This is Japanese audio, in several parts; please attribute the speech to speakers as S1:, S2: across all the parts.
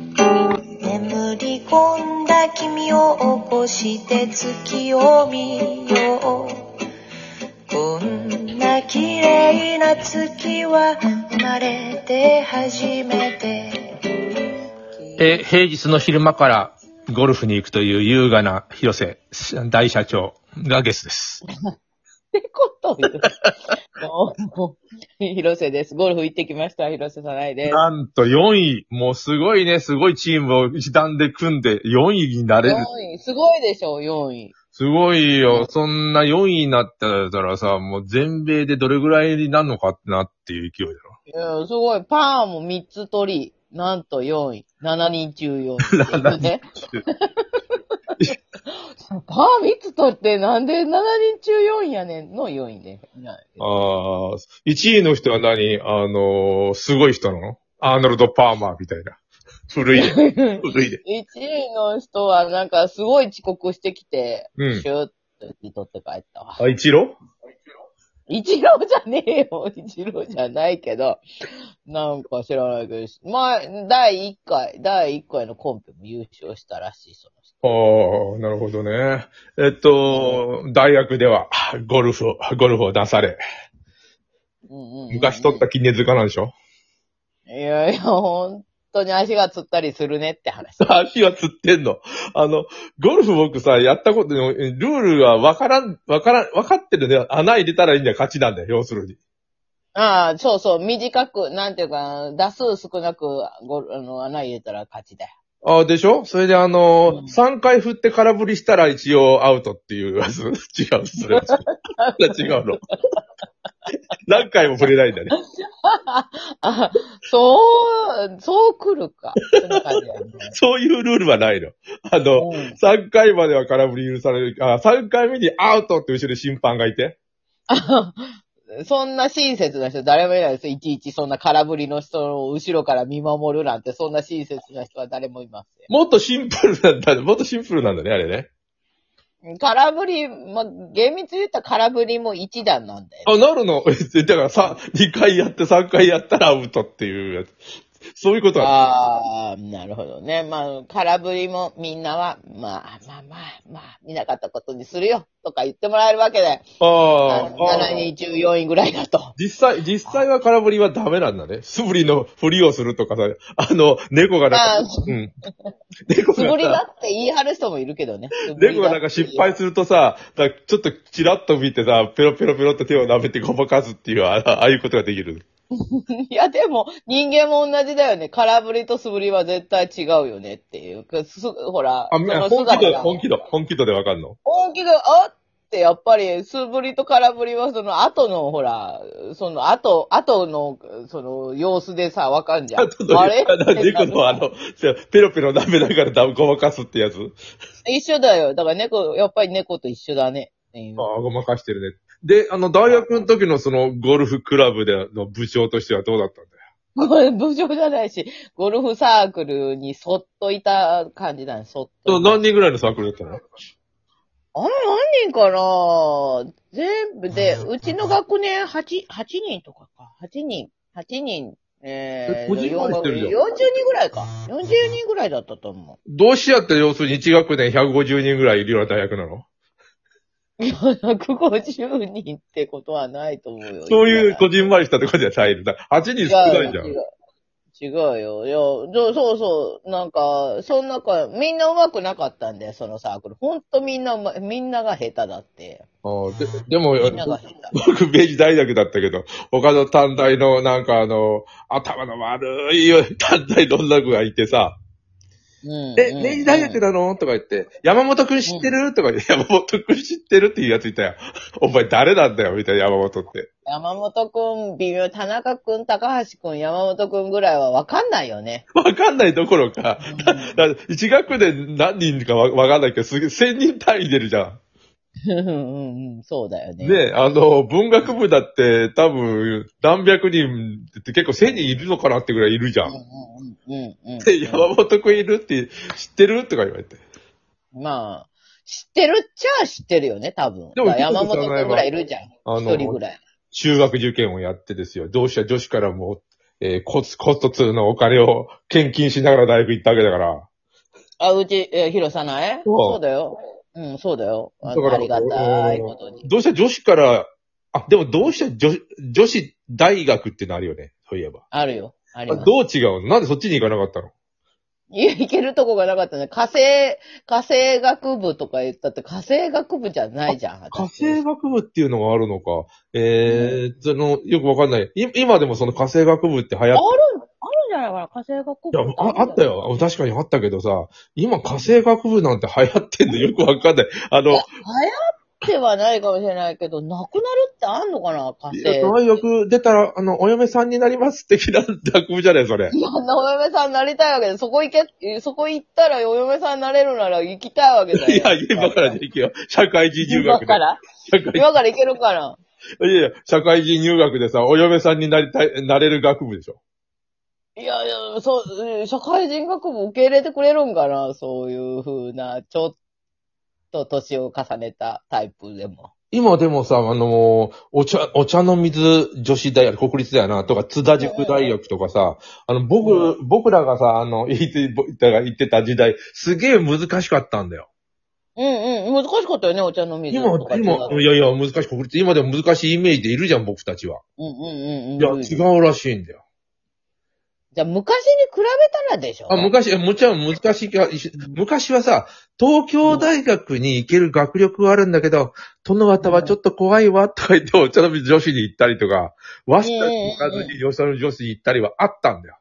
S1: 眠り込んだ君を起こして月を見ようこんな綺麗な月は生まれて初めて
S2: え、平日の昼間からゴルフに行くという優雅な広瀬大社長がゲスです。
S3: ってことを 言う。もうもう広瀬です。ゴルフ行ってきました。広瀬さないです。
S2: なんと4位。もうすごいね、すごいチームを一段で組んで4位になれる。
S3: 4位。すごいでしょ、4位。
S2: すごいよ。そんな4位になったらさ、もう全米でどれぐらいになるのかなっていう勢いだろ。
S3: いや、すごい。パーも3つ取り。なんと4位。7人中4位っていうね。 パー3つ取って、なんで7人中4位やねんの4位で。
S2: ああ、1位の人は何あのーすごい人なのアーノルド・パーマーみたいな。古い ね。古いで。
S3: 1位の人はなんかすごい遅刻してきて、
S2: うん
S3: シューッと取って帰ったわ。
S2: あ、一郎
S3: 一郎じゃねえよ。 一郎じゃないけど。なんか知らないけど、前、第1回、第1回のコンペも優勝したらしい、その
S2: あ
S3: 人。
S2: あ、なるほどね。えっと、大学ではゴルフを、ゴルフを出され、
S3: うんうんうん
S2: 昔取った金塚なんでしょ
S3: いやいや、本当に足がつったりするねって話。
S2: 足はつってんの。あの、ゴルフ僕さ、やったことの、ルールがわからん、わからん、わかってるね。穴入れたらいいんだよ、勝ちなんだよ、要するに。
S3: ああ、そうそう、短く、なんていうか、打数少なく、ごあの、穴入れたら勝ちだよ。
S2: ああ、でしょそれであの
S3: うん
S2: 三3回振って空振りしたら一応アウトっていうや つ。違う、そ れは違う。それは違うの。何回も振れないんだね。
S3: あ、そう、そう来るか。そんな感じだよ ね。
S2: そういうルールはないの。あの、
S3: うん
S2: 3回までは空振り許される。あ、3回目にアウトって後ろに審判がいて。
S3: あ そんな親切な人誰もいないです。いちいちそんな空振りの人を後ろから見守るなんて、そんな親切な人は誰もいませ
S2: もっとシンプルなんだね。もっとシンプルなんだね、あれね。
S3: ん。空振り、ま、厳密に言ったら空振りも一段なんだよ。
S2: あ、なるの だからさ、2回やって3回やったらアウトっていうやつ。そういうことは。
S3: ああ、なるほどね。まあ、空振りもみんなは、まあまあまあ、まあ、見なかったことにするよ、とか言ってもらえるわけで。
S2: ああ
S3: 7人中4位ぐらいだと。
S2: 実際、実際は空振りはダメなんだね。素振りのふりをするとかさ、あの、猫がなんか、うん。猫
S3: 素振り
S2: が、
S3: だって言い張る人もいるけどね。
S2: 猫がなんか失敗するとさ、だからちょっとチラッと見てさ、ペロペロペロって手を舐めてごまかすっていう、あああいうことができる。
S3: いや、でも、人間も同じだよね。空振りと素振りは絶対違うよねっていう。すほら、
S2: あ、
S3: そ
S2: みん
S3: の
S2: な本気度、
S3: 姿
S2: 本気度、本気度でわかんの。
S3: 本気度、あって、やっぱり、素振りと空振りは、その後の、ほら、その後、後の、その、様子でさ、わか んじゃん。あれ
S2: 猫のあの、ペロペロ舐めながらだごまかすってやつ。
S3: 一緒だよ。だから猫、やっぱり猫と一緒だね。って いう
S2: ああ、ごまかしてるね。で、あの、大学の時のその、ゴルフクラブでの部長としてはどうだったんだよ。
S3: これ、部長じゃないし、ゴルフサークルにそっといた感じだね、そっといた。
S2: そう何人ぐらいのサークルだったの
S3: あ、何人かな全部で、
S2: うん
S3: うちの学年8、八人とかか。8人、8人、え
S2: え
S3: ー、
S2: こじんまりしてるじゃん
S3: 40人ぐらいか。40人ぐらいだったと思
S2: どうしやって要するに1学年150人ぐらいいるような大学なの
S3: う。い や、150人ってことはないと思うよ。
S2: そういうこ
S3: と
S2: じんまりしたとこじゃないる。だ8人少ないじゃん。
S3: 違うよ。いや、そうそうそう。なんか、そんなか、みんな上手くなかったんだよ、そのサークル。ほんとみんなうま、みんなが下手だって。
S2: ああででも、
S3: みんなが下手。
S2: 僕、明治大学だったけど、他の短大の、なんかあの、頭の悪い短大の女の子がいてさ、
S3: うん
S2: え、
S3: うん
S2: 明治大学なのとか言って、山本くん知ってるとか言って、山本くん知ってるっていうやついたよ。 お前誰なんだよみたいな山本って。
S3: 山本くん、微妙、田中くん、高橋くん、山本くんぐらいはわかんないよね。
S2: わかんないどころか、だだ一学年何人かわわかんないけど、すげえ1000人単位出るじゃん。
S3: うんうんうんそうだよね。
S2: ねあの、文学部だって多分何百人って結構1000人いるのかなってぐらいいるじゃ
S3: うん
S2: ん。
S3: うんうんうんうん
S2: で、山本くんいるって知ってるとか言われて。
S3: まあ、知ってるっちゃ知ってるよね、多分。
S2: でも
S3: まあ山本くんぐらいいるじゃん。
S2: あ
S3: 一
S2: の
S3: 人ぐらい。
S2: 中学受験をやってですよ。同志社女子からも、えーコツコツとのお金を献金しながら大学行ったわけだから。
S3: あ、うち、えー、広さないそうだよ。うん、そうだよ。
S2: だ
S3: あ
S2: から
S3: ありがたいことに。
S2: 同志社女子から、あ、でも同志社女女子大学ってのあるよね。そういえば。
S3: あるよ。あり
S2: あ
S3: ます。
S2: どう違うのなんでそっちに行かなかったの
S3: いや、行けるとこがなかったね。火星、火星学部とか言ったって、火星学部じゃないじゃん。
S2: 火
S3: 私
S2: 星学部っていうのがあるのか。えー、その、よくわかんない。い今でもその火星学部って流行って
S3: ある、あるんじゃないかな、火星学
S2: い
S3: 部。
S2: や、ああった。よ。確かにあったけどさ、今火星学部なんて流行ってんのよくわかんない。あの、
S3: 流行ってはないかもしれないけど、なくなるってあんのかな、火星。
S2: 大学出たら、あの、お嫁さんになります的な学部じゃない、それ。
S3: いや、あんなお嫁さんになりたいわけで、そこ行け、そこ行ったらお嫁さんになれるなら行きたいわけだよ。
S2: いや、今からで行けよ。社会人入
S3: 今
S2: 学で
S3: か。ら
S2: 社会
S3: 今から行けるかな。
S2: いやいや、社会人入学でさ、お嫁さんになりたい、なれる学部でしょ。
S3: いやいや、そう、えー社会人学部受け入れてくれるんかな、そういうふうな、ちょっと年を重ねたタイプでも。
S2: 今でもさ、あのーお茶、お茶の水女子大学、国立だよな、とか、津田塾大学とかさ、あの、僕、
S3: う
S2: 僕らがさ、あの、言って、言った言ってた時代、すげえ難しかったんだよ。
S3: うんうん、難しかったよね、お茶の水
S2: 今
S3: と、か違うの。
S2: 今、いやいや、難しい、国立、今でも難しいイメージでいるじゃん、僕たちは。
S3: うんうんうんうん。
S2: いや、違うらしいんだよ。
S3: じゃあ、昔に比べたらでしょ
S2: あ、昔、えもちろん難しいが、いし昔はさ、東京大学に行ける学力はあるんだけど、殿方はちょっと怖いわ、とか言って、お茶の水女子に行ったりとか、和紙に行かずに吉田の女子に行ったりはあったんだよ。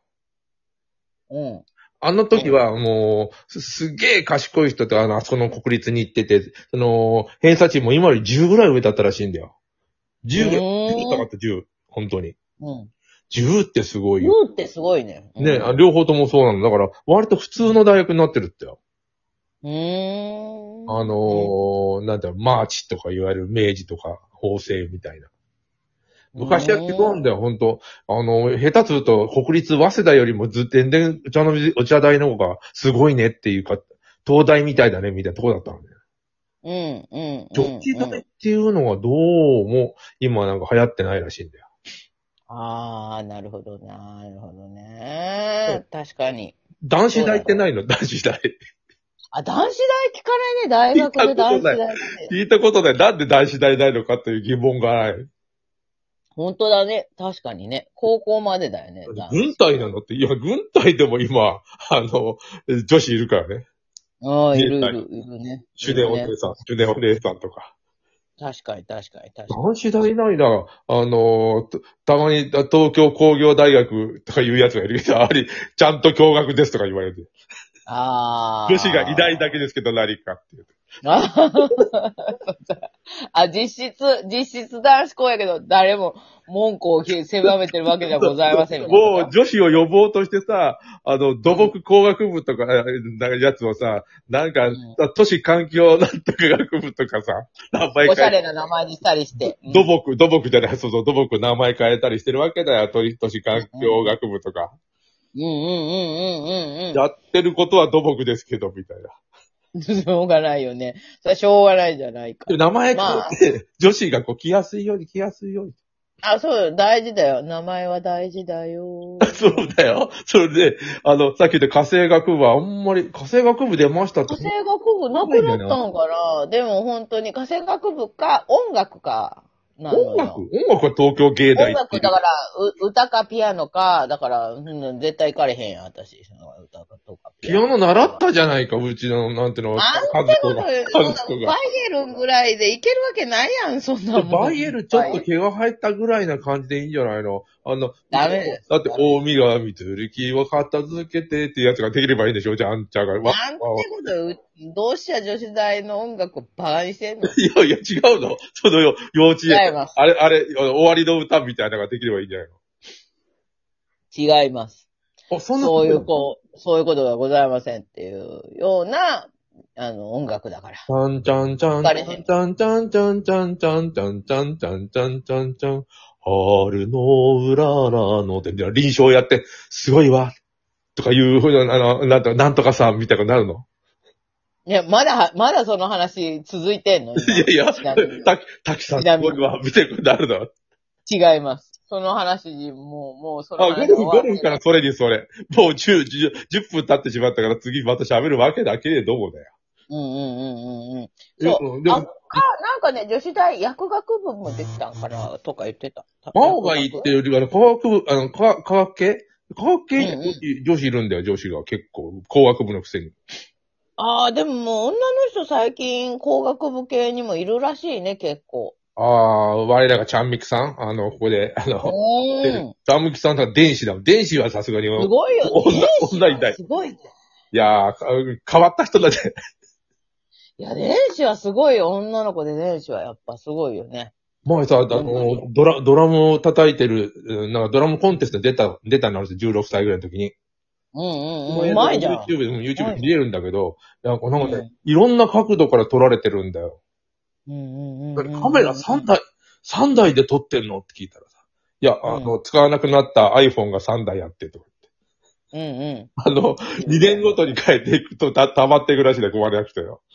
S3: うん。
S2: あの時はもう、すすげえ賢い人とあの、あそこの国立に行ってて、その、偏差値も今より10ぐらい上だったらしいんだよ。10ぐらい、
S3: へー
S2: 10高かった、10。本当に。
S3: うん。
S2: 10ってすごいよ。
S3: うってすごいね。うん
S2: ね、あ両方ともそうなの。だから、割と普通の大学になってるってよ。
S3: うーん。
S2: あのー、なんだろう、マーチとかいわゆる明治とか法政みたいな。昔やってこんだよ、ほんと。あの、下手すると国立早稲田よりもずっと全然お茶の水、お茶代の方がすごいねっていうか、東大みたいだね、みたいなとこだったのね。
S3: うん、うん。
S2: ジョッキ代っていうのはどうも今なんか流行ってないらしいんだよ。
S3: ああ、なるほどな、なるほどね。確かに。
S2: 男子大ってないの男子大。
S3: あ、男子大聞かないね、大学で男子大って。
S2: 聞いたことない。なんで男子大ないのかという疑問がない。
S3: 本当だね、確かにね。高校までだよね。
S2: 軍隊なのって、いや、軍隊でも今、あの、女子いるからね。
S3: ああ、いるい
S2: 自衛隊
S3: る、いるね。
S2: シュネお
S3: いるね
S2: 姉さん、シュネお姉さんとか。
S3: 確かに、確かに、確か
S2: 男子大ないな、あの、とたまにあ東京工業大学とかいうやつがいるけど、あり、ちゃんと共学ですとか言われて。
S3: に。ああ。
S2: 女子が偉大だけですけど何かっていう。
S3: あ あ、実質、実質男子校やけど、誰も文句を狭めてるわけじゃございませんみたいな
S2: もう女子を呼ぼうとしてさ、あの、土木工学部とか、なんかやつをさ、なんか、
S3: うん
S2: 都市環境なんとか学部とかさ、名前
S3: おし
S2: 変
S3: ゃ
S2: え
S3: れな名前にしたりして。うん
S2: 土木、土木じゃない、そうそう、土木名前変えたりしてるわけだよ、都市都市環境学部とか。
S3: うんうんうんうんうんうん。
S2: やってることは土木ですけど、みたいな。
S3: しょうがないよね。それはしょうがないじゃないか
S2: で。名前変
S3: まあ
S2: えて、女子がこう来やすいように来やすいように。
S3: あ、そうよ。大事だよ。名前は大事だよ。
S2: そうだよ。それで、あの、さっき言った火星学部はあんまり、火星学部出ましたって
S3: 火。星学部なくなったのかなでも本当に火星学部か音楽かなのよ。
S2: 音楽音楽は東京芸大
S3: 音
S2: 行ってる
S3: 楽だから、う歌かピアノか、だから、うん絶対行かれへんやん、私。その歌かとか。
S2: ピアノ習ったじゃないか、うちの、なんていうの、
S3: あ
S2: カ
S3: ん
S2: ズ
S3: た
S2: コ
S3: こ
S2: が。
S3: と、
S2: カ
S3: そ
S2: ズコ
S3: んなバ
S2: が。
S3: イエルンぐらいで行けるわけないやん、そんなもん。
S2: バイエルちょっと
S3: はい
S2: 毛が生えたぐらいな感じでいいんじゃないのあの、
S3: ダメです
S2: だって、大見が見てる気を片付けてっていうやつができればいいんでしょじゃあ、あんちゃんが。わ
S3: なんてことよ、う同志社女子大の音楽をバカにしてんの
S2: いやいや、違うの。そのよ幼稚園。
S3: 違います。
S2: あれ、あれ、終わりの歌みたいなのができればいいんじゃない
S3: 違います。
S2: のあ、そ
S3: そういう、こう、そういうことがございませんっていうような、あの、音楽だから。
S2: ちゃんちゃんちゃん、ちゃんちゃんちゃんちゃんちゃんちゃんちゃんちゃんちゃんちゃんちゃんちゃん、春のうららのって、臨床やって、すごいわ、とかいうふうな、あの、なんとなんとかさんみたいになるの
S3: いや、まだは、まだその話続いてんの
S2: いやいや、
S3: ちなみに
S2: た、たきさん
S3: ちな
S2: す
S3: みに
S2: ごいわ、みたいになるの
S3: 違います。その話、もう、もうその
S2: あ、ゴル
S3: 話
S2: フ、
S3: 終わ
S2: ゴ
S3: って
S2: ルフからそれにそれ。もう10、10 10分経ってしまったから次また喋るわけだけれどもだよ。
S3: うんうんうんうんうん。そう
S2: うんで
S3: あ
S2: も、
S3: か、なんかね、女子大薬学部も出てたんかな、とか言ってた。
S2: 真央がいいっていうよりは、科学部、あの、科科学系科学系に女子,、女子いるんだよ、女子が結構。工学部のくせに。
S3: ああ、でももう女の人最近工学部系にもいるらしいね、結構。
S2: ああ、我らがちゃんみくさんあの、ここで、あの、
S3: う
S2: 出て
S3: ん。
S2: ちゃんみくさんが電子だもん。電子はさすがに。
S3: すごいよね。
S2: 女女いない
S3: すごいね。
S2: いやー、か変わった人だね。
S3: いや、電子はすごいよ。女の子で電子はやっぱすごいよね。
S2: 前さ、あの、ドラ、ドラムを叩いてる、うんなんかドラムコンテスト出た、出たのあるんですよ、16歳ぐらいの時に。
S3: うんうんうん。うまいじゃん。
S2: YouTube でも YouTube で見れるんだけど、なんかなんか
S3: う
S2: ね、いろんな角度から撮られてるんだよ。
S3: うんうん
S2: だ
S3: う
S2: か
S3: ん
S2: ら
S3: うん。
S2: カメラ3台、3台で撮ってんのって聞いたらさ、いや、あの、使わなくなった iPhone が3台あってと。
S3: うんうん。
S2: あの、2年ごとに変えていくとた、溜まっていくらしいで困るやつだよ。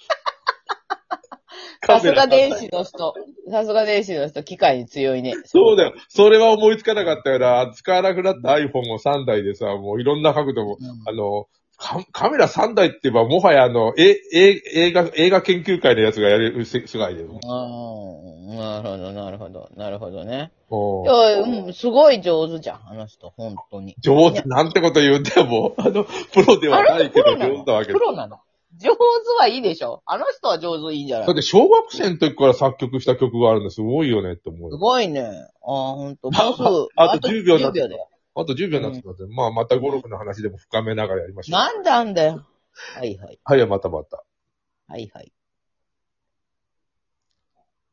S3: さすが電
S2: カメラ三台
S3: 子の人。さすが電子の人、機械に強いね。
S2: そうだよ。それは思いつかなかったから、使わなくなった iPhone を3台でさ、もういろんな角度も、
S3: うん。
S2: あの、カカメラ3台って言えば、もはやあの、え、え、映画、映画研究会のやつがやれる世世界で。うん
S3: うんなるほど、なるほど、なるほどね。いや、うん、すごい上手じゃん、あの人、本当に。
S2: 上手なんてこと言うんだよ、もう。あの、プロではないけど、
S3: あれ
S2: 上手なわけだ。
S3: プロなの。上手はいいでしょ。あの人は上手いいんじゃない
S2: だって、小学生の時から作曲した曲があるのすごいよねって思う
S3: す
S2: よ。。
S3: ごいね。ああ、ほんと。もうすぐ
S2: あと10秒だ
S3: 10秒だよ。
S2: あと10秒になってしまって、まあ、またゴルフの話でも深めながらやりましょう。
S3: なんだんだよ。はいはい。
S2: はい、またまた。
S3: はいはい。